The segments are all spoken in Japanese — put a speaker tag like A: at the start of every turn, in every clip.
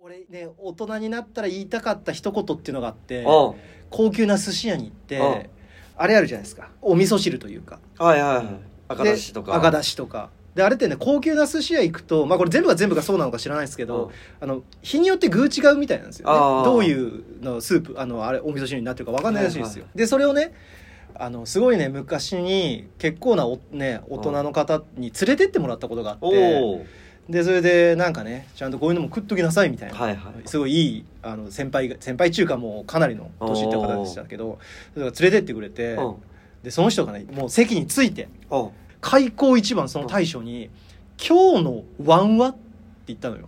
A: 俺ね大人になったら言いたかった一言っていうのがあって
B: うん
A: 高級な寿司屋に行って
B: うん
A: あれあるじゃないですかお味噌汁というか
B: はいはいはい赤だしとか
A: で赤だしとかであれってね高級な寿司屋行くとまあこれ全部が全部がそうなのか知らないですけど、
B: うん
A: あの日によって具違うみたいなんですよ
B: あ
A: ね
B: ー
A: どういうのスープあのあれお味噌汁になってるか分かんないらしいですよ、
B: はいは
A: でそれをねあのすごいね昔に結構なお、ね、大人の方に連れてってもらったことがあっ
B: お
A: て
B: お
A: でそれでなんかねちゃんとこういうのも食っときなさいみたいな、
B: はいはい
A: すごいいいあの先輩が先輩中華もうかなりの年いった方でしたけどそれが連れてってくれて、
B: うん
A: でその人がねもう席について
B: うん
A: 開口一番その大将に「今日のワンは?」って言ったのよ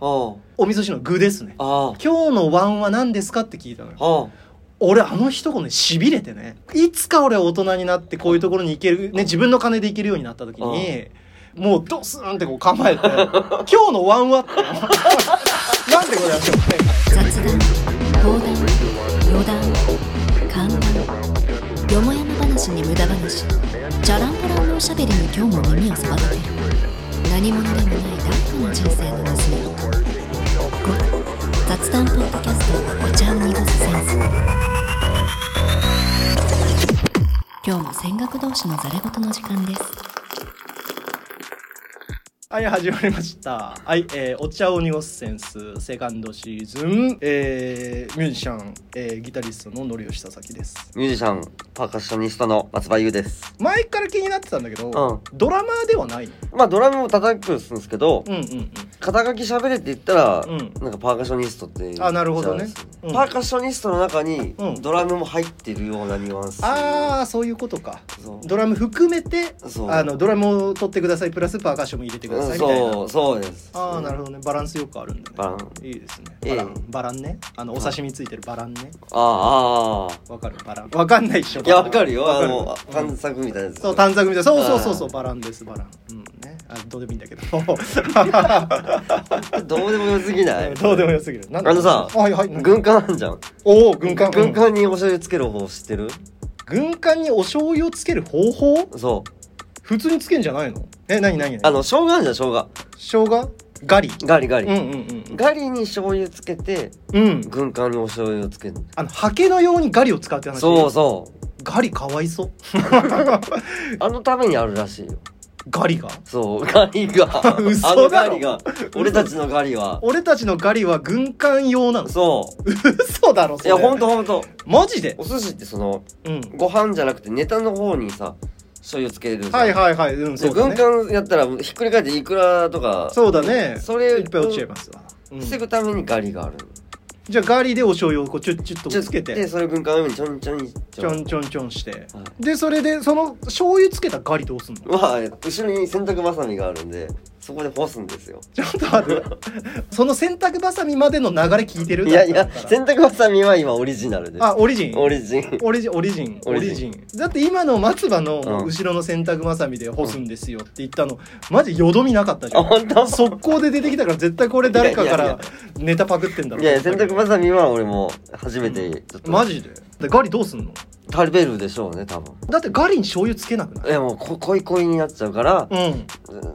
B: うん
A: お味噌汁の具ですね
B: あ
A: 「今日のワンは何ですか?」って聞いたのよ
B: あうん
A: 俺あの一言にしびれてねいつか俺大人になってこういうところに行ける、ね、自分の金で行けるようになった時にもうドスンってこう構えて「今日のワンは?」って なんてことやってもね
C: 雑談講談余談簡単よもやま話に無駄話チャランポランのおしゃべりに今日も耳を澄ませて何者でもないダークな人生の娘5雑談ポッドキャストお茶を濁すセンス今日も戦学同士のざれ言の時間です
A: はい、始まりました。はい、えー、お茶を濁すセンス、セカンドシーズン、えー、ミュージシャン、えー、ギタリストののりよし佐々木です。
B: ミュージシャンパーカッショニストの松葉優です
A: 前から気になってたんだけど、
B: う
A: ドラマーではないの
B: まあドラムも叩くんですけど
A: うんうん
B: 肩書き喋れって言ったら、
A: うん
B: なんかパーカッショニストっていう
A: あなるほどね
B: じゃないですか
A: うん
B: パーカッショニストの中に
A: うん
B: ドラムも入ってるようなニュアンス
A: あー、そういうことか。
B: そう
A: ドラム含めて、
B: そう
A: あの、ドラムを取ってください、プラスパーカッションも入れてください、みたいな。
B: そうそうです
A: あー、なるほ
B: ど
A: どね。バランスよくあるんだね。
B: バラン
A: いいですね。
B: え
A: バ
B: え
A: ラン、バランね。あの、お刺身ついてるバランね。
B: あーあ
A: わかるバラン。わかんないでしょ。
B: ーいやわかるよ
A: わ
B: あ
A: かる
B: の
A: うん
B: 探索みたいなやつ
A: そう短冊みたいな そうそうそうそう
B: あー
A: バランですバランうんねあどうでもいいんだけど
B: どうでもよすぎない
A: どうでもよすぎるなんだ
B: あのさ
A: はいはい
B: 軍艦あんじゃん
A: おお軍艦
B: 軍艦にお醤油つける方知ってる
A: 軍艦にお醤油をつける方法
B: そう
A: 普通につけんじゃないのえ何何何
B: あの生姜あんじゃん生姜
A: 生姜ガリ
B: ガリガ
A: う
B: リ、
A: んうん
B: ガリに醤油つけて
A: うんうん
B: 軍艦にお醤油をつける
A: あのハケのようにガリを使うって話
B: そうそう
A: ガリかわいそう
B: あのためにあるらしいよ
A: ガリが
B: そうガリがあ
A: 嘘
B: の
A: だ
B: ガ
A: ろ
B: リが俺たちのガリは
A: 俺たちのガリは軍艦用なの
B: そ
A: 嘘だろ
B: う
A: そ
B: い
A: れ
B: やほんとほんと
A: マジで
B: お寿司ってその
A: うん
B: ご飯じゃなくてネタの方にさ醤油つけるじゃん
A: はいはいはいうん
B: で
A: そうだ
B: 軍
A: ね
B: 艦やったらひっくり返ってイクラとか
A: そうだね
B: それ
A: いっぱい落ちちゃいますわ、うん
B: 防ぐためにガリがある
A: じゃあガリでお醤油をこうチュッチュッとこうつけ
B: で
A: て
B: それ軍艦の上にちょんちょん
A: ちょんちょんちょんして、
B: は
A: でそれでその醤油つけたガリどうすんの
B: まあ後ろに洗濯ばさみがあるんでそこで干すんですよ
A: ちょっと待 ってその洗濯ばさみまでの流れ聞いてる
B: いやいや
A: だから
B: 洗濯ばさみは今オリジナルです
A: あオリジン
B: オリジン
A: オリジンオリジンオ
B: オ
A: リ
B: リ
A: ジ
B: ジ
A: ンだって今の松葉の
B: うん
A: 後ろの洗濯ばさみで干すんですよって言ったのマジよどみなかったじゃ
B: あ本当
A: ん速攻で出てきたから絶対これ誰かか
B: いやい
A: ら
B: や
A: ネタパクってんだろう
B: いやいや洗濯ばさみは俺も初めてちょっと
A: マジででガリどうすんの
B: 食べるでしょうね多分
A: だってガリに醤油つけなくない
B: いやもうこ恋恋になっちゃうから
A: うん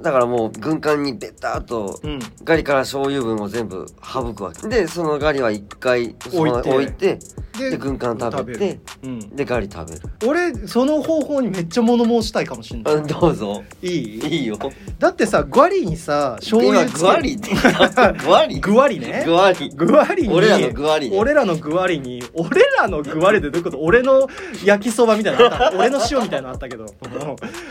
B: だからもう軍艦にベターっと
A: うん
B: ガリから醤油分を全部省くわけでそのガリは一回その
A: 置いて
B: 置いて
A: で
B: で軍艦食べて
A: うん、
B: でガリ食べる
A: 俺その方法にめっちゃ物申したいかもしれな
B: うんどうぞ
A: いいい
B: いいよ
A: だってさグワリにさ 醤
B: 今
A: 油つけ
B: グワリって言ったグワリ
A: グワリね
B: グワリ
A: グワリに
B: 俺らのグワリね
A: 俺らのグワリに俺らのグワリってどういうこと俺の焼きそばみたいなの あった俺の塩みたいなのあったけどうん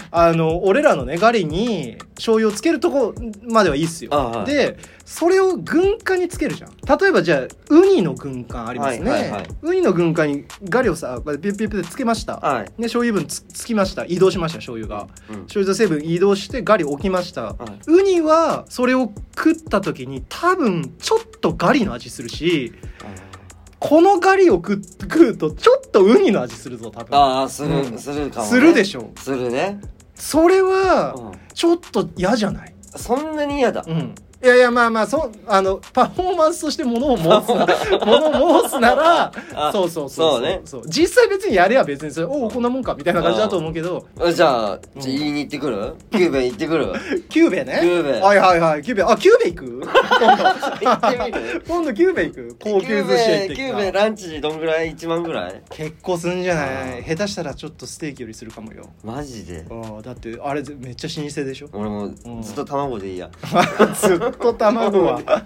A: あの俺らのねガリに醤油をつけるとこまではいいっすよ、
B: あはい
A: でそれを軍艦につけるじゃん例えばじゃあウニの軍艦ありますね、
B: はいはいはい
A: ウニの軍艦にガリをさピュッピュッピュッてつけました、
B: はい
A: ね、醤油分つつきました移動しました醤油が
B: うん
A: 醤油と成分移動してガリ置きました、
B: い
A: ウニはそれを食った時に多分ちょっとガリの味するしこのガリを食っ食うとちょっとウニの味するぞ多分
B: ああする、
A: うん
B: するかも、ね、
A: するで
B: し
A: しょ
B: するね、
A: それは
B: うん、
A: ちょっと嫌じゃない
B: そんなに嫌だ
A: うんいやいやまあまあそうあのパフォーマンスとしてものを申すな 物を申すなら
B: あ
A: そうそうそう
B: そうね
A: そう実際別にやれや別にそれおおこんなもんかみたいな感じだと思うけど
B: あじゃあ、じゃあ言いに行ってくるキューベン行ってくる
A: キューベね
B: キューベ
A: はいはいはいキューベあキューベ行 く今
B: 行ってみ
A: 度
B: る
A: 今度キューベ行く高級寿司屋行って
B: キューベンキ
A: き
B: ュー
A: た
B: ベンランチどんぐらい ?1 万ぐらい
A: 結構すんじゃな
B: あ
A: い
B: ー
A: 下手したらちょっとステーキよりするかもよ
B: マジで
A: あーだってあれぜめっちゃ老舗でしょ
B: 俺もうずっと卵でいいや。
A: ずっと卵 は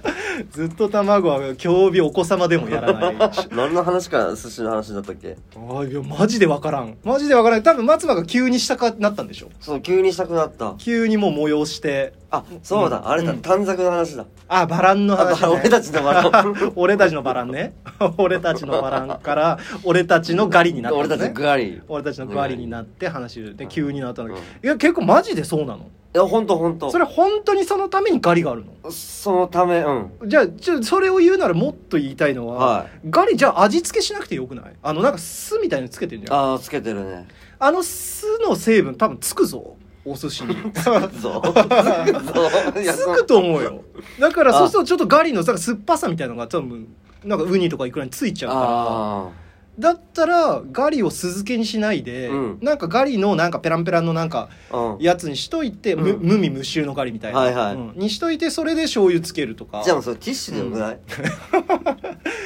A: ずっと卵は競技お子様でもやらないし
B: 何の話か寿司の話だったっけ
A: ああいやマジで分からんマジで分からん多分松葉が急にしたかなったんでしょ
B: そう、急にしたくなった。
A: 急にもう催して
B: あ、そうだ、あれだ、短冊の話だ。
A: あバランの
B: あ、だ
A: 話、
B: か
A: ね、
B: ら俺たちの笑
A: 俺たちのバランね俺たちのバランから俺たちのガリになっ
B: う
A: たん
B: 俺
A: だ
B: た
A: ね、
B: ちグアリ。い
A: 俺たちのガリになって話で急になったんだけど、
B: う
A: いや結構マジでそうなの
B: や、ほんとほんと
A: そ。れ本当にそのためにガリがあるの
B: そのため、うん。
A: じゃあちょそれを言うならもっと言いたいのは、
B: はい。
A: ガリじゃあ味付けしなくてよくないあのなんか酢みたいのつけてるじゃん
B: あーつけてるね。
A: あの酢の成分多分つくぞお寿 司に
B: そう。そう。いや
A: つ
B: そ
A: く
B: う
A: と思うよ だから
B: あ
A: そうするとちょっとガリのなんか酸っぱさみたいなのが多分なんかウニとかいくらについちゃうか
B: あ
A: らだったらガリを酢漬けにしないで、
B: うん
A: なんかガリのなんかペランペランのなんか
B: あ。うん。
A: やつにしといて、
B: うん
A: む無味無臭のガリみたいな、
B: はいはい
A: うんにしといてそれで醤油つけるとか
B: じゃあもうそれティッシュでよくない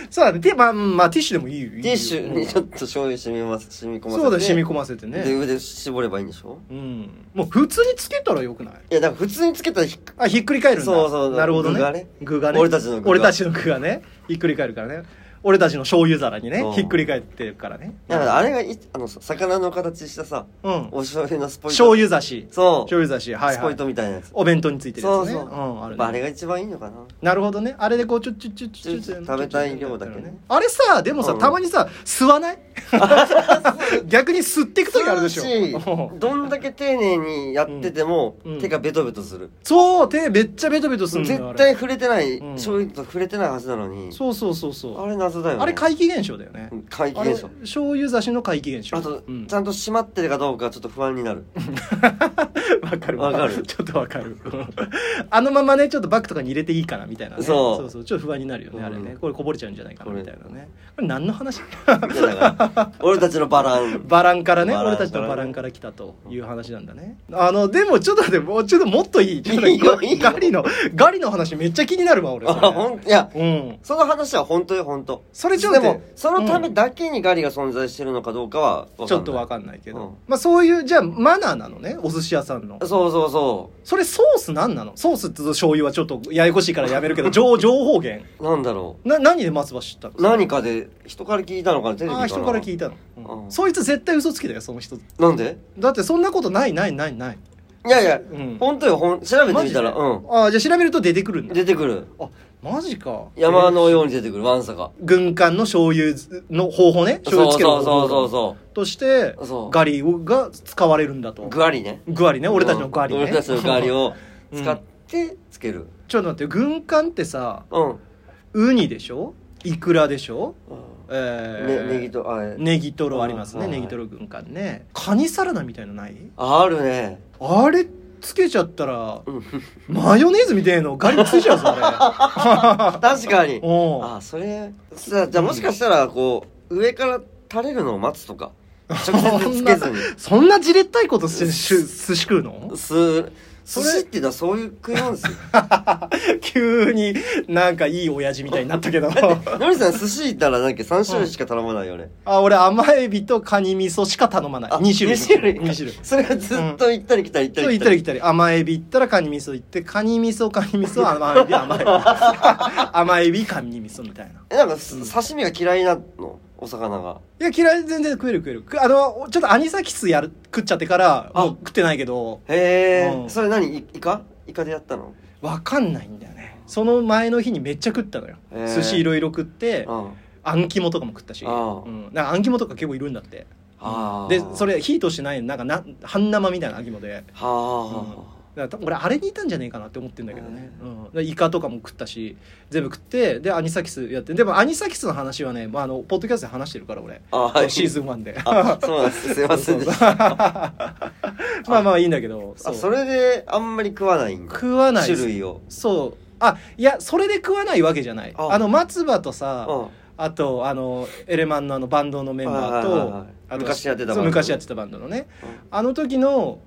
A: そうだねでまあまあティッシュでもいいよいいよ
B: ティッシュ
A: うん
B: にちょっと醤油染みます、染み込ませて。
A: そうだよ染み込ませて
B: で、
A: ね
B: 腕絞ればいいんでしょ
A: うんもう普通につけたらよくない
B: いや、だから普通につけたらひっ
A: あひっくり返るんだ
B: そうそう
A: なるほどね
B: 具がね
A: 具がね
B: 俺たちの具が
A: 俺たちの具がねひっくり返るからね俺たちの醤油皿にね
B: そう
A: ひっくり返ってるからね
B: だからあれがいあのさ魚の形したさ
A: うん
B: お醤油のスポイト
A: 醤油差し
B: そう
A: 醤油差しはい
B: ス
A: は
B: ポイ
A: い
B: トみたいなやつ、
A: お弁当についてるやつね
B: そうそうん
A: あ
B: やっ
A: る
B: ぱあれ
A: ね
B: が一番いいのかな
A: なるほどねあれでこうちょちょちょちょちょ
B: ちょ食べたい量だけね
A: あれさでもさ
B: うん
A: たまにさ吸わない逆に吸っていく時あるでし
B: そう
A: ょ
B: だしどんだけ丁寧にやってても、
A: うん
B: 手がベトベトする、
A: そう手めっちゃベトベトするんだよ
B: 絶
A: あれ
B: 対触れてない、
A: うん
B: 醤油と触れてないはずなのに
A: そうそうそうそう
B: あれ謎だよね
A: あれ怪奇現象だよね。
B: 怪奇
A: あれ
B: 現象
A: 醤油差しの怪奇現象。
B: あと、
A: うん
B: ちゃんと閉まってるかどうかちょっと不安に なる
A: わかる
B: わか る
A: ちょっとわかる。あのままね、ちょっとバッグとかに入れていいかなみたいなね。
B: そう
A: そうちょっと不安になるよね、あれね。
B: うん
A: これこぼれちゃうんじゃないかな
B: これ
A: みたいなね。これ何の話
B: いやだから俺たちのバラ ン
A: バランからね、
B: バラ
A: 俺
B: ンからね
A: たちのバランから来たという話なんだね。あの、でもちょっと待って、もうちょっともっといい。ちょっと
B: いいよいいよ
A: ガリの、ガリの話めっちゃ気になるわ、俺。それ
B: あほんいや
A: うん。
B: その話は本当よ本当
A: それちょっ
B: で
A: と
B: もそのためだけにガリが存在してるのかどうかは分かんない
A: ちょっとわかんないけど、
B: うん
A: まあそういうじゃあマナーなのねお寿司屋さんの
B: そうそうそ
A: それソースなんなのソースと醤油はちょっとややこしいからやめるけど情 情報源
B: うなんだろ
A: な何で松葉知ったの
B: う何かで人から聞いたのかなテレビ
A: あ
B: か
A: あ
B: な
A: ー人から聞いたの、うん
B: うん
A: そいつ絶対嘘つきだよその人
B: なんで
A: だってそんなことないないないない
B: いやいや
A: うん
B: 本当よほん調べて
A: マ
B: み
A: ジ
B: た
A: で
B: らうん
A: ああじゃあ調べると出てくるんだ
B: 出てくる
A: あマジか
B: 山の
A: えー
B: ように出てくるわんさか
A: 軍艦の醤油の方法ね醤油つ
B: そう
A: ける
B: そ
A: 方
B: う
A: 法
B: そうそうそ
A: として
B: そう
A: ガリが使われるんだと
B: うグアリね
A: グアリね俺たちのガリね、
B: うん俺たちのガリを使ってつける
A: ちょっと待って軍艦ってさ
B: うん、
A: ウニでしょイクラでしょえー、
B: ねネギとあれ
A: ネギトロありますね、
B: はい
A: ネギトロ軍艦ねカニサラダみたいのない
B: あるね
A: あれつけちゃったら
B: うん
A: マヨネーズみたいのガリついちゃうぞあれ
B: 確かに
A: おう
B: あそれさじゃあもしかしたらこう上から垂れるのを待つとか直接つけずに
A: そんなじれったいことしてしゅ寿司食うの
B: す
A: そ
B: 寿
A: れ
B: 司っていうのはそういう食いなんですよ
A: 急になんかいい親父みたいになったけ ど
B: のりさん寿司行ったらなんか3種類しか頼まないよね、
A: あ俺甘エビとカニ味噌しか頼まない
B: あ
A: 2種類
B: 二種類
A: 二種類
B: それがずっと行ったり来たり行った
A: そう
B: り
A: 行ったり来たり甘エビ行ったらカニ味噌行ってカニ味噌カニ味噌甘エビ甘エ ビ甘エビカニ味噌みたいな
B: えなんかす刺身が嫌いなのお魚が
A: いや嫌い全然食える食えるくあのちょっとアニサキスやる食っちゃってから
B: あ
A: もう食ってないけど
B: へえ、
A: うん
B: それ何イイカイカでやったの
A: わかんないんだよねその前の日にめっちゃ食ったのよ
B: へー
A: 寿司いろいろ食って
B: うん
A: あん肝とかも食ったし、う
B: あー
A: ん、なんかあん肝とか結構いるんだって
B: あー
A: でそれ火通してないなんかな半生みたいなあん肝で
B: は
A: だから俺あれにいたんじゃねえかなって思ってんだけどね、
B: う
A: うんでイカとかも食ったし全部食ってでアニサキスやってでもアニサキスの話はね、まあ、あのポッドキャストで話してるから俺、
B: あ、あーはい
A: シーズン1で
B: あそうなんですすいません でした
A: まあまあいいんだけど
B: あ
A: う
B: それであんまり食わないんだ
A: 食わない
B: 種類を
A: そうあいやそれで食わないわけじゃない
B: あ
A: あの松葉とさ
B: うん
A: あとあのエレマンのあのバンドのメンバー
B: はいはいはいは
A: と
B: い
A: あと
B: 昔やってたバンド
A: そう昔やってたバンドのねあの時の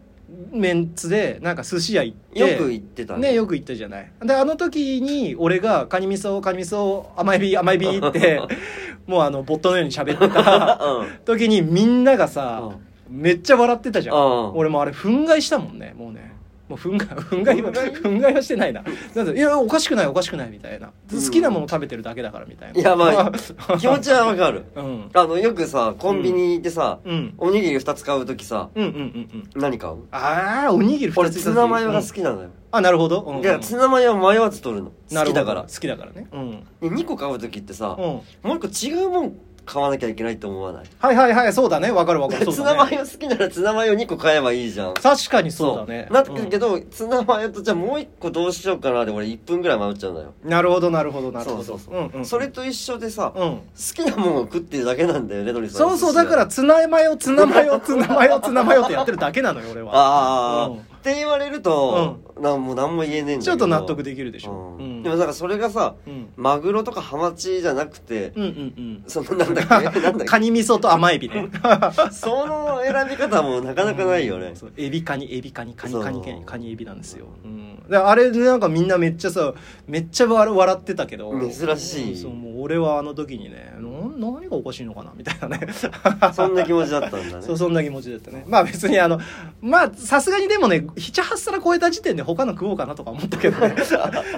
A: メンツでなんか寿司屋行って
B: よく行ってた
A: ねよく行ったじゃないであの時に俺が「カニ味噌カニ味噌甘エビ甘エビ」って もうあのボットのように喋ってた
B: うんうん
A: 時にみんながさめっちゃ笑ってたじゃん
B: うん
A: 俺もあれ憤慨したもんねもうねもう憤慨憤慨は
B: 憤慨
A: 憤慨はしてないななんだいやおかしくないおかしくないみたいな
B: うん
A: 好きなもの食べてるだけだからみたいない
B: やま 気持ちはわかる
A: うん
B: あのよくさコンビニでさ
A: うん
B: おにぎり2つ買う時さ
A: うんうんうんうん
B: 何買う
A: ああおにぎり
B: 俺
A: 二つ
B: ツナマヨが
A: う
B: 好
A: ん
B: きなのよ
A: あなるほどうんうん
B: いやツナマヨは迷わず取るの
A: な
B: 好
A: る
B: き
A: ほど
B: だから
A: 好きだからねうん
B: 2個買う時ってさ
A: うん
B: もう一個違うもん買わなきゃいけないと思わない
A: はいはいはいそうだねわかるわかるそう
B: ツナ
A: だ
B: マ
A: ね
B: ヨ好きならツナマヨ2個買えばいいじゃん
A: 確かにそうだね
B: なけ
A: うん
B: ど、ツナマヨとじゃあもう一個どうしようかなで俺1分ぐらい迷っちゃうんだよ
A: なるほどなるほどなるほど
B: そうそうそうん
A: ん
B: それと一緒でさ、好
A: うん
B: きなもんを食ってるだけなんだよね、のりさん。
A: そうそうだから
B: あ
A: ツナマヨツナマヨツナマヨツナマヨってやってるだけなのよ俺は
B: あ、
A: うん
B: って言われると、なんもう何も言えねえんだけど
A: ちょっと納得できるでし
B: う
A: ょ。
B: ん
A: うん
B: でもなんかそれがさ、
A: うん
B: マグロとかハマチじゃなくて、
A: うんうん
B: そのなんだっ けなん
A: う
B: だ
A: ん。
B: っ
A: カニ味噌と甘エビね。
B: けその選び方もなかなかないよね。
A: そうエビカニエビカニカ
B: そ
A: ニ
B: う
A: カニカニカニエビなんですよ。うん。であれなんかみんなめっちゃさめっちゃ笑笑ってたけど。
B: 珍しい
A: そうもう俺はあの時にねなん何がおかしいのかなみたいなね。
B: そんな気持ちだったんだね。
A: そうそんな気持ちだったねまあ別にあのまあさすがにでもね78皿超えた時点で他の食おうかなとか思ったけ どね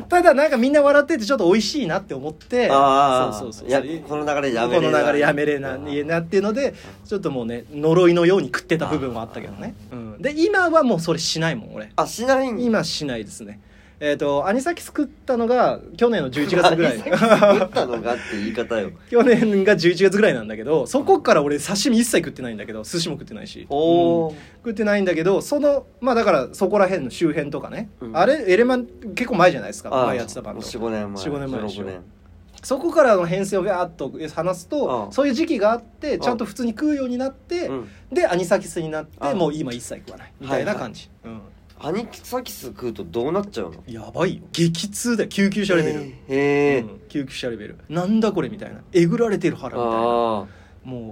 A: ただなんかみんな笑っててちょっと美味しいなって思って
B: ああ、
A: そうそうそう
B: いや、この流れやめ
A: こ
B: れ
A: の
B: な
A: 流
B: い
A: れやめれな
B: うん
A: いなっていうのでちょっともうね呪いのように食ってた部分はあったけどね、うん、で今はもうそれしないもん俺
B: あ、しないん
A: 今しないですねえっ、とアニサキス食ったのが去年の11月ぐらい
B: 打ったのがって言い方よ。
A: 去年が11月ぐらいなんだけどそこから俺刺身一切食ってないんだけど寿司も食ってないし
B: お
A: うん
B: お、
A: 食ってないんだけどそのまあだからそこら辺の周辺とかね、
B: うん
A: あれエレマン結構前じゃないですか
B: ああ
A: 前やってたバンド
B: 四五年前。
A: 四五年前でしょ
B: 四五年
A: そこからの編成をガーッと話すと
B: ああ
A: そういう時期があって
B: あ
A: ちゃんと普通に食うようになって
B: うん
A: でアニサキスになっ
B: あ
A: てもう今一切食わないみたいな感じ、
B: アニサキス食うとどうなっちゃうの
A: うん、やばいよ激痛だよ救急車レベル、
B: へえ
A: うん救急車レベルなんだこれみたいなえぐられてる腹みたいな
B: あ
A: も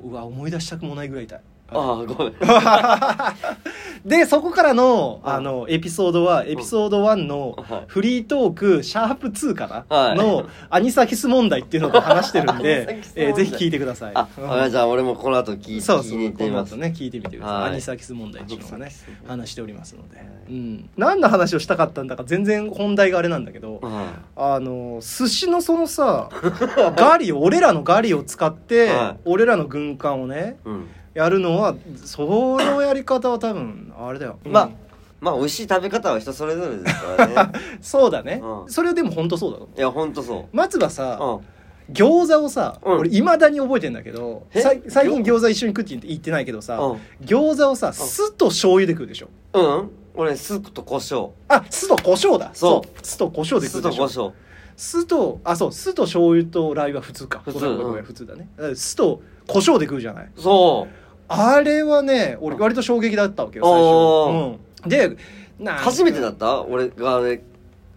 A: ううわ思い出したくもないぐらい痛い
B: あああごめん
A: でそこからの
B: うん
A: あのエピソードはエピソード1の
B: はい
A: フリートークシャープ2かな、
B: はい
A: のアニサキス問題っていうのと話してるん
B: アニ
A: で
B: サキ、ス問題
A: えーぜひ聞いてください
B: あ
A: うん
B: あじゃあ俺もこの後聞い
A: そう
B: 聞
A: そ
B: きに行
A: う
B: ってみ
A: この
B: ま
A: 後
B: す
A: ね聞いてみてください、
B: はい
A: アニサキス問題っていうのが
B: ア
A: ね
B: ニサキス
A: 話しておりますので、
B: はい
A: うん、何の話をしたかったんだか全然本題があれなんだけど、
B: は
A: あの寿司のそのさガリを俺らのガリを使って、
B: はい
A: 俺らの軍艦をね
B: いうん
A: やるのはそのやり方は多分あれだよ、
B: まあ
A: うん
B: まあ美味しい食べ方は人それぞれですからね
A: そうだね、
B: うん
A: それはでも本当そうだと思
B: いやほんとそう
A: う松葉さ、
B: うん
A: 餃子をさ、
B: うん
A: 俺いまだに覚えてんだけど
B: え
A: さい最近餃子一緒に食って言って言ってないけどさ、
B: うん
A: 餃子をさ酢と醤油で食うでしょ
B: うん俺酢と胡椒
A: あ酢と胡椒だ
B: そう
A: 酢と胡椒で食
B: 酢
A: うで
B: と
A: し
B: 胡
A: ょ
B: 椒
A: 酢とあそう酢と醤油とラー油は普通か
B: 普通
A: ごめんごめんごめ
B: う
A: ん
B: ん
A: 普通だねだから酢と胡椒で食うじゃない
B: そう
A: あれはね俺割と衝撃だったわけよ最初、
B: お
A: うん、でな
B: 初めてだった俺がね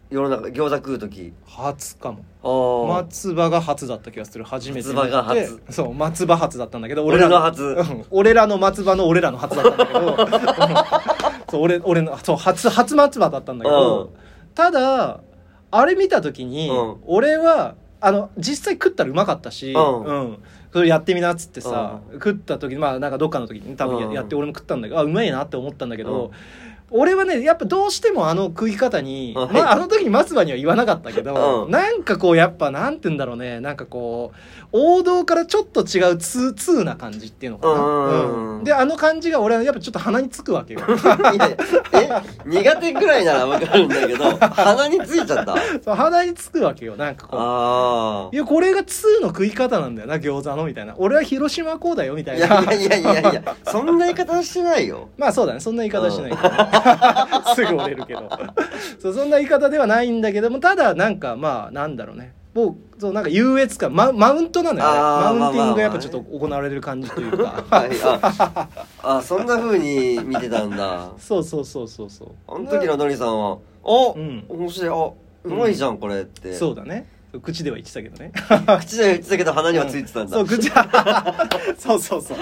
B: 世の中餃子食う時
A: 初かも
B: ああ
A: 松葉が初だった気がする初めて
B: 松葉が初
A: そう松葉初だったんだけど
B: 俺の
A: 俺
B: 初
A: らの,、うん、俺らの松葉の俺らの初だったんだけ ど、うんそう俺俺のそう初初松葉だったんだけど、ただあれ見た時に、
B: うん
A: 俺はあの実際食ったらうまかったし、
B: うん
A: んそれやってみなっつってさ、食った時まあなんかどっかの時に多分や,、
B: うん
A: って俺も食ったんだけどあうまいなって思ったんだけど、俺はねやっぱどうしてもあの食い方に、
B: はい
A: まあ、あの時に松葉には言わなかったけど、
B: うん
A: なんかこうやっぱなんて言うんだろうねなんかこう王道からちょっと違うツーツーな感じっていうのかな、
B: うん
A: であの感じが俺はやっぱちょっと鼻につくわ けよ
B: いやいやえ苦手ぐらいならわかるんだけど鼻についちゃったあ
A: そう鼻につくわけよなんかこ
B: あ
A: ういやこれがツーの食い方なんだよな餃子のみたいな俺は広島こうだよみたい
B: い
A: な
B: やいやいやいやいやそんな言い方してないよ
A: まあそうだねそんな言い方しないけどね、すぐ折れるけどそうそんな言い方ではないんだけどもただなんかまあなんだろうねもうそうなんか優越感ママウントなのよね
B: あ
A: マ
B: ー
A: ウンティングがやっ
B: まあまあまあ
A: ぱ
B: ね
A: ちょっと行われる感じというか
B: はいああそんな風に見てたんだ
A: そうそうそうそうそう
B: あの時ののりさんは「お、
A: うん
B: 面白いあうまいじゃんこれって
A: そうだね口では言ってたけどね
B: 口では言ってたけど鼻にはついてたんだ、
A: そう口 そうそうそう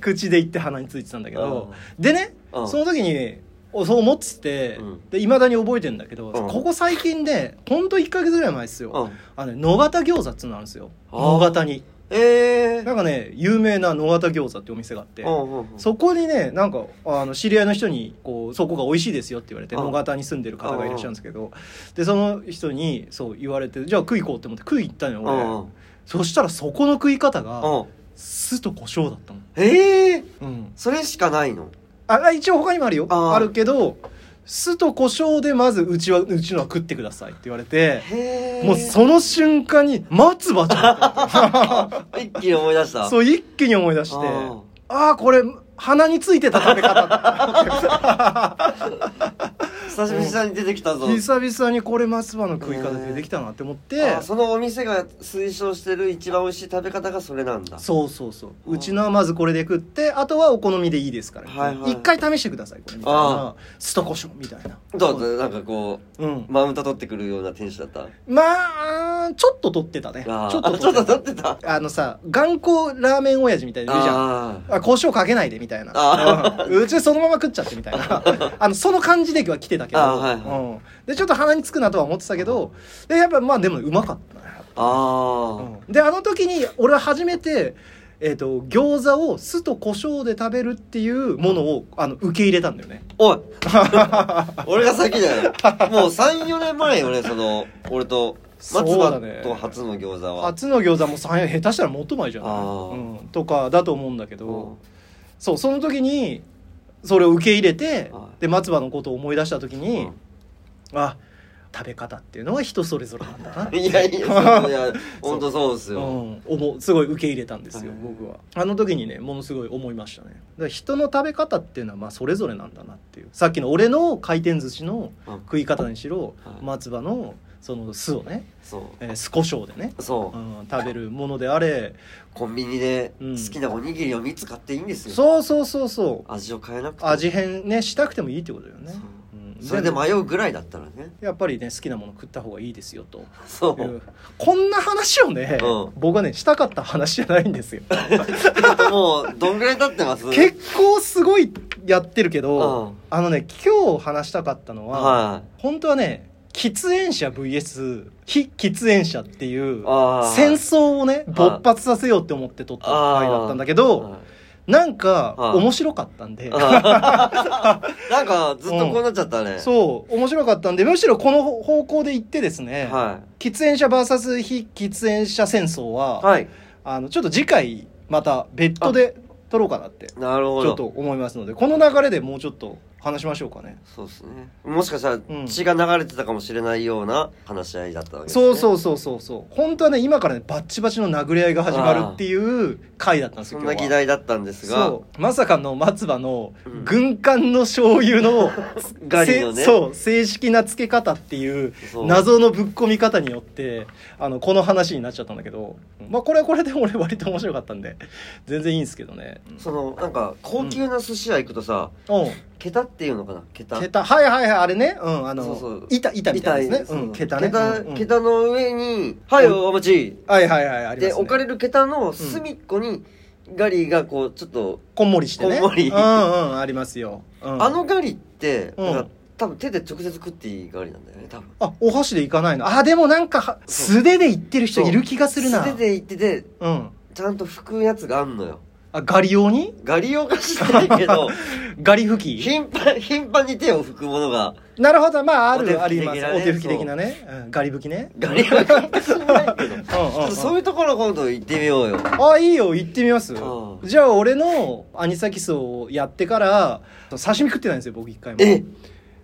A: 口で言って鼻についてたんだけどでね
B: うん
A: その時におそう思ってて
B: うん
A: いまだに覚えてんだけど
B: ん
A: ここ最近でほんと1か月ぐらい前ですよ
B: うん
A: あのね野方餃子っつうのあるんですよ
B: あー
A: 野方に
B: ええ
A: なんかね有名な野方餃子ってお店があって
B: うんうんうん
A: そこにねなんかあの知り合いの人にこう「そこが美味しいですよ」って言われて
B: うん
A: 野方に住んでる方がいらっしゃるんですけどでその人にそう言われてじゃあ食い行こうって思って食い行ったのよ
B: う
A: 俺。
B: んうん
A: そしたらそこの食い方
B: う
A: が
B: ん
A: 酢と胡椒だったの、
B: ええ
A: うん、
B: それしかないの
A: ああ一応他にもあるよ
B: あ
A: あ
B: ー
A: るけど酢と胡椒でまずうちはうちのは食ってくださいって言われて
B: へえ
A: もうその瞬間に松葉ちゃんと思って
B: 一気に思い出したう
A: そう一気に思い出してああーこれ鼻についてた食べ方 だ
B: 久しぶりに出てきたぞ
A: 久々にこれ松葉の食い方でできたなって思って
B: あそのお店が推奨してる一番美味しい食べ方がそれなんだ
A: そうそうそううちのはまずこれで食ってあとはお好みでいいですから、
B: はいはい
A: 一回試してくださいこれみたい
B: あ
A: な酢と胡椒みたいな
B: どうぞなんかこ
A: うん
B: うマウント取ってくるような店主だった
A: まあちょっと取ってたねち
B: あー
A: ょっと
B: あちょっと
A: 取っ
B: 取ってた
A: てたあのさ頑固ラーメン親父みたいに言うじゃん
B: あ
A: あ胡椒かけないでみたいな
B: あー
A: うんうちそのまま食っちゃってみたいなあのその感じでは来てたけど、
B: あーはいは
A: うん、でちょっと鼻につくなとは思ってたけどでやっぱまあでもうまかったね
B: あああ
A: であの時に俺は初めて、えー、と餃子を酢と胡椒で食べるっていうものをあの受け入れたんだよね
B: おい 俺が先だよもう34年前よねその俺と松
A: そうだ
B: 葉
A: ね
B: と初の餃子は
A: 初の餃子も3円下手したらもっと前じゃない
B: あー
A: うん、とかだと思うんだけ
B: う
A: どそうその時にそれを受け入れて
B: はい
A: で松葉のことを思い出した時
B: ん
A: に、あ食べ方っていうのは人それぞれなんだなって
B: いやいやそういや本当そうです
A: う
B: よ
A: ん、思うすごい受け入れたんですよ、
B: はい
A: 僕はあの時にねものすごい思いましたねだから人の食べ方っていうのはまあそれぞれなんだなっていうさっきの俺の回転寿司の
B: うん
A: 食い方にしろ、
B: はい
A: 松葉のその酢をね、
B: そう
A: えー酢胡椒でね、
B: そう
A: うん、食べるものであれ
B: コンビニで
A: うん
B: 好きなおにぎりを3つ買っていいんですよ、
A: そうそうそうそう
B: 味を変えなくても
A: 味変ねしたくてもいいってことだよね
B: そう、
A: うん
B: それで迷うぐらいだったらね
A: やっぱりね好きなもの食った方がいいですよと
B: そう
A: い
B: も
A: うこんな話をね、
B: うん
A: 僕はねしたかった話じゃないんですよ
B: うどんぐらい経ってます
A: 結構すごいやってるけど、
B: うん
A: あのね今日話したかったのは、
B: はい
A: 本当はね喫煙者 VS 非喫煙者っていう
B: あー
A: 戦争をね
B: い
A: 勃発させようって思って撮った回だったんだけど
B: はい
A: なんか
B: はい
A: 面白かったん で
B: なんかずっとこうなっちゃったね、
A: そう面白かったんでむしろこの方向で行ってですね
B: は
A: 喫煙者 VS 非喫煙者戦争はい
B: はい
A: あのちょっと次回また別途で撮ろうかなって
B: なるほ
A: ちょ
B: ど
A: っと思いますのでこの流れでもうちょっと話しましょうかね
B: そうですねもしかした
A: う
B: ら
A: ん
B: 血が流れてたかもしれないような話し合いだったわけです、ね
A: そうそうそうそうそう本当はね今からねバッチバチの殴り合いが始まるっていう回だったんですよ
B: そんな
A: 今日
B: 議
A: は
B: 題だったんですが
A: そうまさかの松葉の
B: うん
A: 軍艦の醤油 の
B: ガリのね
A: せそう正式な付け方っていう
B: そう
A: 謎のぶっ込み方によってあのこの話になっちゃったんだけど、まあ、これはこれで俺割と面白かったんで全然いいんですけどね。
B: そのなんか高級な寿司屋行くとさ、
A: うん
B: 桁っていうのかな桁
A: 桁はいはいはいあれねうんあの
B: そうそう
A: 板板みたいなやつ
B: そ
A: ね
B: う
A: うん桁ね
B: 桁
A: うんうん
B: 桁の上に「はいお待ち
A: はいはいはいあ」ります、ね、
B: で置かれる桁の隅っこにガリがこうちょっと
A: こんもりしてね
B: こんもり
A: うんうんありますよ、うん
B: あのガリって
A: うん
B: なんか多分手で直接食っていいガリなんだよね多分
A: あお箸でいかないのあでもなんかは素手でいってる人いる気がするな
B: 素手でいってて
A: うん
B: ちゃんと拭くやつがあんのよ
A: あガリ用に
B: ガリ用がしてないけど
A: ガリ拭き
B: 頻繁頻繁に手を拭くものが
A: なるほどまああ
B: お手拭き
A: るあります
B: 的なね
A: お手拭き的なね、うん、ガリ拭きね
B: ガリ用がしてないけどち
A: う
B: ょ
A: ん
B: っ
A: うん
B: とそう
A: うん
B: いうところ今度行ってみようよ
A: あいいよ行ってみます
B: うん
A: じゃあ俺のアニサキスをやってから刺身食ってないんですよ僕一回も
B: え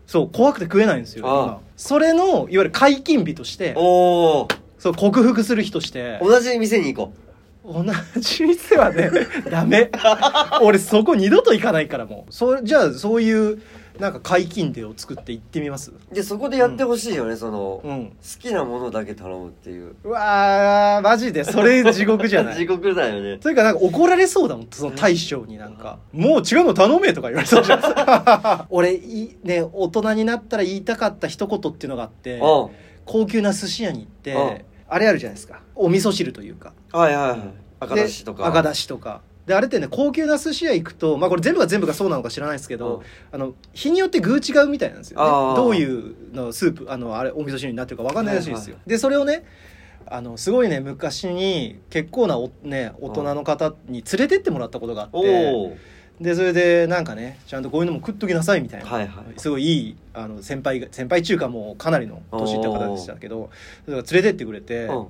A: そう怖くて食えないんですよ
B: ああ
A: 今それのいわゆる解禁日として
B: おお
A: そう克服する日として
B: 同じ店に行こ
A: 同じ店はねダメ俺そこ二度と行かないからもうそじゃあそういうなんか解禁デーを作って行ってみます
B: うでそこでやってほしいよねその
A: う
B: 好
A: ん
B: きなものだけ頼むっていう
A: うわーマジでそれ地獄じゃな
B: 地
A: い
B: 獄だよね
A: というかなんか怒られそうだもんその大将になんか「もう違うの頼め」とか言われそうじゃん俺いね大人になったら言いたかった一言っていうのがあって
B: うん
A: 高級な寿司屋に行って、
B: うん
A: あれあるじゃないですかお味噌汁というか
B: はいはいはい赤だしとか
A: で赤だしとかであれってね高級な寿司屋行くとまあこれ全部が全部がそうなのか知らないですけど、あの日によって具違うみたいなんですよ、ね
B: あ、ー
A: どういうのスープあのあれお味噌汁になってるかわかんないらしいですよ、
B: は
A: でそれをねあのすごいね昔に結構なお、ね、大人の方に連れてってもらったことがあっ
B: お
A: て
B: おー
A: でそれでなんかねちゃんとこういうのも食っときなさいみたいな、
B: はいはい
A: すごいいいあの先輩が先輩中華もうかなりの年いった方でしたけどそれが連れてってくれて、
B: うん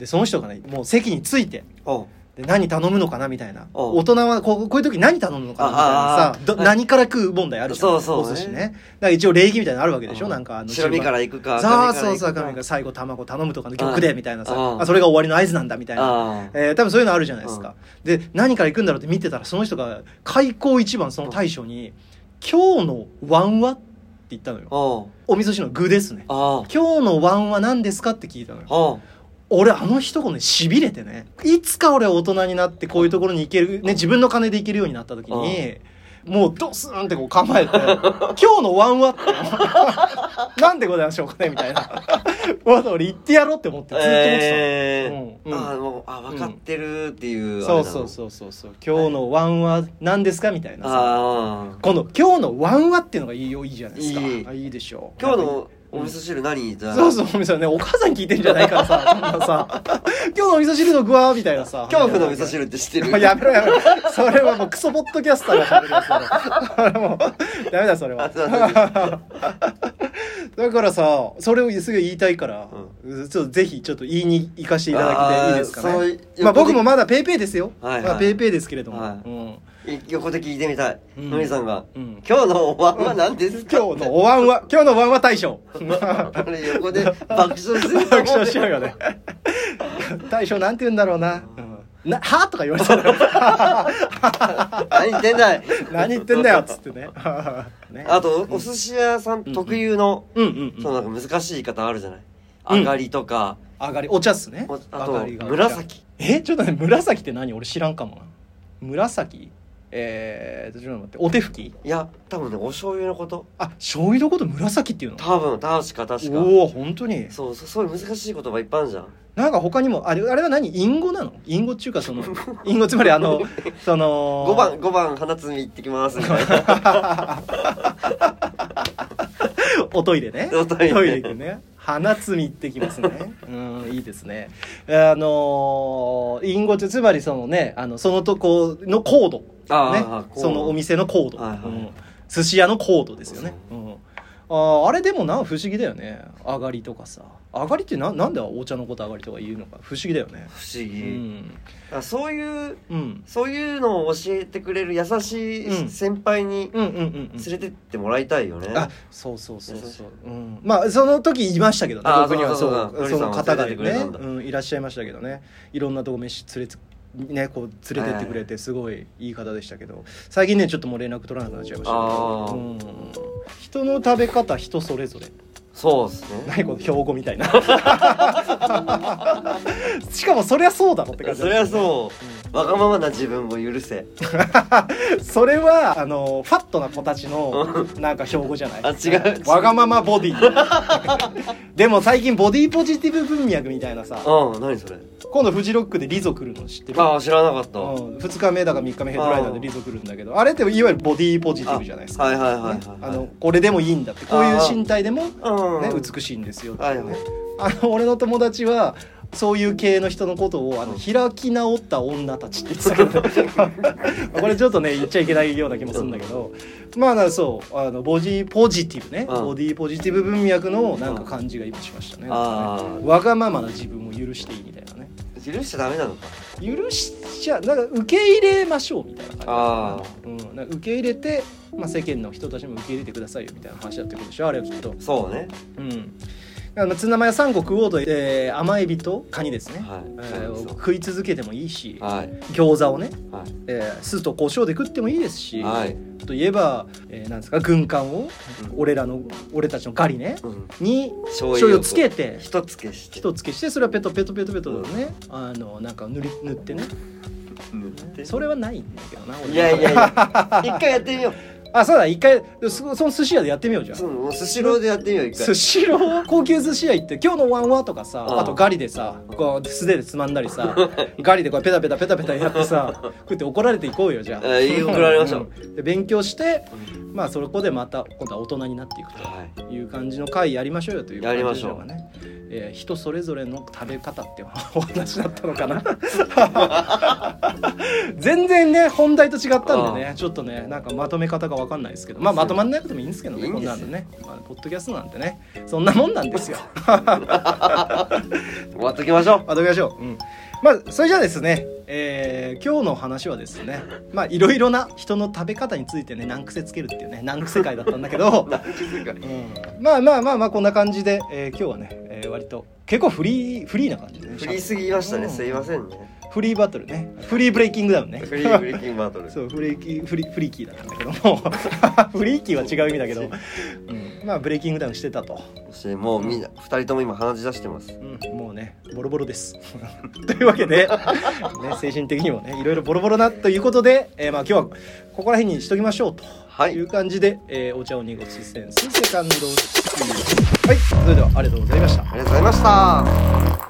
A: でその人がねもう席について
B: お
A: で何頼むのかなみたいな
B: お
A: 大人はこうこういう時何頼むのかなみたいな
B: あ
A: さ
B: あ
A: ど
B: はい
A: 何から食う問題あるじゃん
B: そうそうね
A: お寿司ねだから一応礼儀みたいなのあるわけでしょ、
B: うん
A: なんかあの
B: 白身から行くか
A: 順番そうそうそう赤
B: 赤身
A: 身
B: か
A: からら最後卵頼むとかの玉でみたいなさ
B: あ
A: あ
B: あ
A: それが終わりの合図なんだみたいな、
B: ああ
A: えー多分そういうのあるじゃないですか、で何から行くんだろうって見てたらその人が開口一番その大将に「今日のワンは?」って言ったのよ
B: おう
A: お味噌汁の具ですね
B: あ
A: 「今日のワンは何ですか?」って聞いたのよ
B: あおう
A: 俺あの一言ねしびれてねいつか俺大人になってこういうところに行けるね自分の金で行けるようになった時にもうドスンってこう構えて「 今日のワンワって「 なんでございましょうかね」みたいな 「わざ俺言ってやろう」って思ってずっと思ってた
B: え
A: の、
B: え
A: うんうん
B: ああもうあ分かってるっていう
A: そうそう
B: う
A: そうそうそう「今日のワンワ何ですか?」みたいなさ
B: ああ
A: この「今日のワンワっていうのがいいよいいじゃないですか
B: いい
A: あいいでしょう
B: 今日のお味噌汁何じゃあ
A: そうそう、お味噌ね、お母さん聞いてんじゃないからさ、そんなさ、今日のお味噌汁の具はみたいなさ。
B: 恐怖の味噌汁って知ってる
A: やめろやめろ。それはもうクソポッドキャスターが喋るやつだろ。もう、ダメだ、それは
B: あ。すいません
A: だからさ、それをすぐ言いたいから、ちょっとぜひ、ちょっと言いに行かせていただいていいです
B: あー
A: か
B: そう
A: ね
B: い。う
A: まあ僕もまだペイペイですよ。
B: はいはい
A: まあペイペイですけれども。
B: は
A: うん
B: 横で聞いてみたい
A: うん
B: のみさんが
A: うん
B: 「今日のお椀は何ですか?」
A: 今日のおわんは、今日のおわんは大将。
B: これ横で爆笑すると
A: 爆
B: 思う
A: 笑しちゃうよね大将なんて言うんだろうな「なは?」とか言われた ら
B: 何言ってんだい
A: 何言ってんだよっつってねね
B: あとお寿司屋さん特有の
A: うんうん、う
B: そ
A: ん、
B: のなんか難しい言い方あるじゃない
A: うん
B: 上がりとか
A: 上がりお茶っすね
B: おあ
A: 上
B: と
A: がりが
B: 紫
A: えちょっとね紫って何俺知らんかもな紫えー、ちょっと待ってお手拭き
B: いや多分ねお醤油のこと
A: あ醤油のこと紫っていうの
B: 多分確か確か
A: おお本当に
B: そうそうそういう難しい言葉いっぱいあるじゃん
A: なんか他にもあれあれは何インゴなのインゴっていうか そのインゴつまりあのその
B: 5番5番花摘み行ってきますみたいな
A: おトイレね。
B: おトイレ
A: 行くね。花摘み行ってき ますね。うん、いいですね。あのー、インゴってつまりそのね、あの、そのとこのコード。ね
B: あー、
A: そのお店のコード。
B: はいはい
A: うん寿司屋のコードですよね。うんあーあれでもな不思議だよね上がりとかさ上がりってななんでお茶のこと上がりとか言うのか 不思議だよね
B: 不思
A: う
B: 議
A: ん、
B: あそういう
A: うん、
B: そういうのを教えてくれる優し
A: うん
B: い先輩に
A: うんうんうんうん
B: 連れてってもらいたいよね。
A: あそうそうそうそう、うん、まあその時いましたけどね
B: あー
A: 僕には
B: そ
A: そうう
B: そうそう
A: その方が
B: ノリ
A: ね、
B: さんは連れてってくれたんだ
A: うん、いらっしゃいましたけどねいろんなとこ飯連れつねこう連れてってくれてすごいいい方でしたけど最近ねちょっともう連絡取らなくなっちゃいましたけ
B: あー
A: ど、うん、人の食べ方人それぞれ
B: そうですね。
A: 何この標語みた いなしかもそりゃそうだろって感じ
B: そ
A: なんで
B: りゃ
A: すよ
B: そう、わがままな自分を許せ。
A: それはあのファットな子たちのなんか標語じゃない
B: あ違う
A: わがままボディでも最近ボディポジティブ文脈みたいなさ
B: うん、何それ。
A: 今度フジロックでリゾ来るの知ってる
B: ああ、知らなかった。
A: う
B: は
A: ん、2日目だか3日目ヘッドライダーでリゾ来るんだけどあれっていわゆるボディポジティブじゃないですか、
B: いはいはいはい
A: ね。あのこれでもいいんだってこういう身体でも、ね、
B: うん、
A: 美しいんですよって
B: はい
A: ね
B: はい。
A: あの俺の友達はそういう系の人のことをあの開き直った女たちって言ってたけど これちょっとね言っちゃいけないような気もするんだけどまあなそうあのボディポジティブね
B: うん
A: ボディポジティブ文脈のなんか感じが今しましたね
B: あー
A: わがままな自分を許していいみたいなね
B: 許しちゃダメなのか。
A: 許しちゃなんか受け入れましょうみたいな
B: あ
A: 感じ、うん、なんか受け入れて、まあ、世間の人たちも受け入れてくださいよみたいな話だったけどでしょあれはきっと。
B: そうね。
A: うん。あのツナマヨ三個食おうと、えー甘エビとカニですね、
B: はい
A: え
B: そう
A: ー
B: です
A: 食い続けてもいいし
B: はい。
A: 餃子をね、
B: は
A: えー酢と胡椒で食ってもいいですし、
B: い。はい。
A: といえば、えーなんですか軍艦を、
B: うん
A: 俺らの俺たちのガリね
B: うん。
A: に
B: 醤
A: 醤油つけて
B: 一つけして。
A: 一つけしてそれはペトペトペトペトね、あのなんか塗り塗ってね
B: 塗って
A: それはないんだけどな俺
B: いやいやいや。一回やってみよう。
A: あそうだ一回そその寿司屋でやってみようじゃん
B: そのスシローでやってみよう一
A: 寿
B: 回
A: 司ロー高級寿司屋行って今日のワンワとかさ
B: うん
A: あとガリでさこう素手でつまんだり さガリでこうペタペタペタペタやってさこうやって怒られていこうよじゃあ
B: えー怒られましょう
A: うんで勉強してまあそこでまた今度は大人になっていく
B: はい
A: という感じの回やりましょうよという感じ
B: やりましょう
A: でかねえー人それぞれの食べ方ってお話だったのかな 全然ね本題と違ったんでねちょっとねなんかまとめ方が分かんないですけどまあまとまんないこともいいんですけどね
B: いいん
A: こ
B: です
A: んな
B: よ
A: んでね、まあ、ポッドキャストなんてねそんなもんなんですよ。
B: 終わっときましょう
A: まとめましょう。うんまあ、それじゃあですね、えー今日のお話はですね、まあ、いろいろな人の食べ方についてね、難癖つけるっていうね、難癖会だったんだけ ど、うんまあまあまあまあ、こんな感じで、えー今日はね、えー割と、結構フリー、フリーな感じでね、
B: 振りすぎました
A: う
B: ね
A: ん
B: すいませんね
A: フリーバトルね、フリーブレイキングダウンね。
B: フリーブレイキングバト ル
A: そうフレーキーフリフリーキーだったんだけども フリーキーは違う意味だ けど、うんまあブレイキングダウンしてたと、
B: そしてもうみんな二人とも今鼻血出してます
A: うん、もうねボロボロです というわけで、ね、精神的にもねいろいろボロボロなということで、えーまあ今日はここら辺にしときましょうと
B: はい
A: いう感じで、えーお茶を濁すセンスセカンドシーズンはいそれではありがとうございました
B: ありがとうございました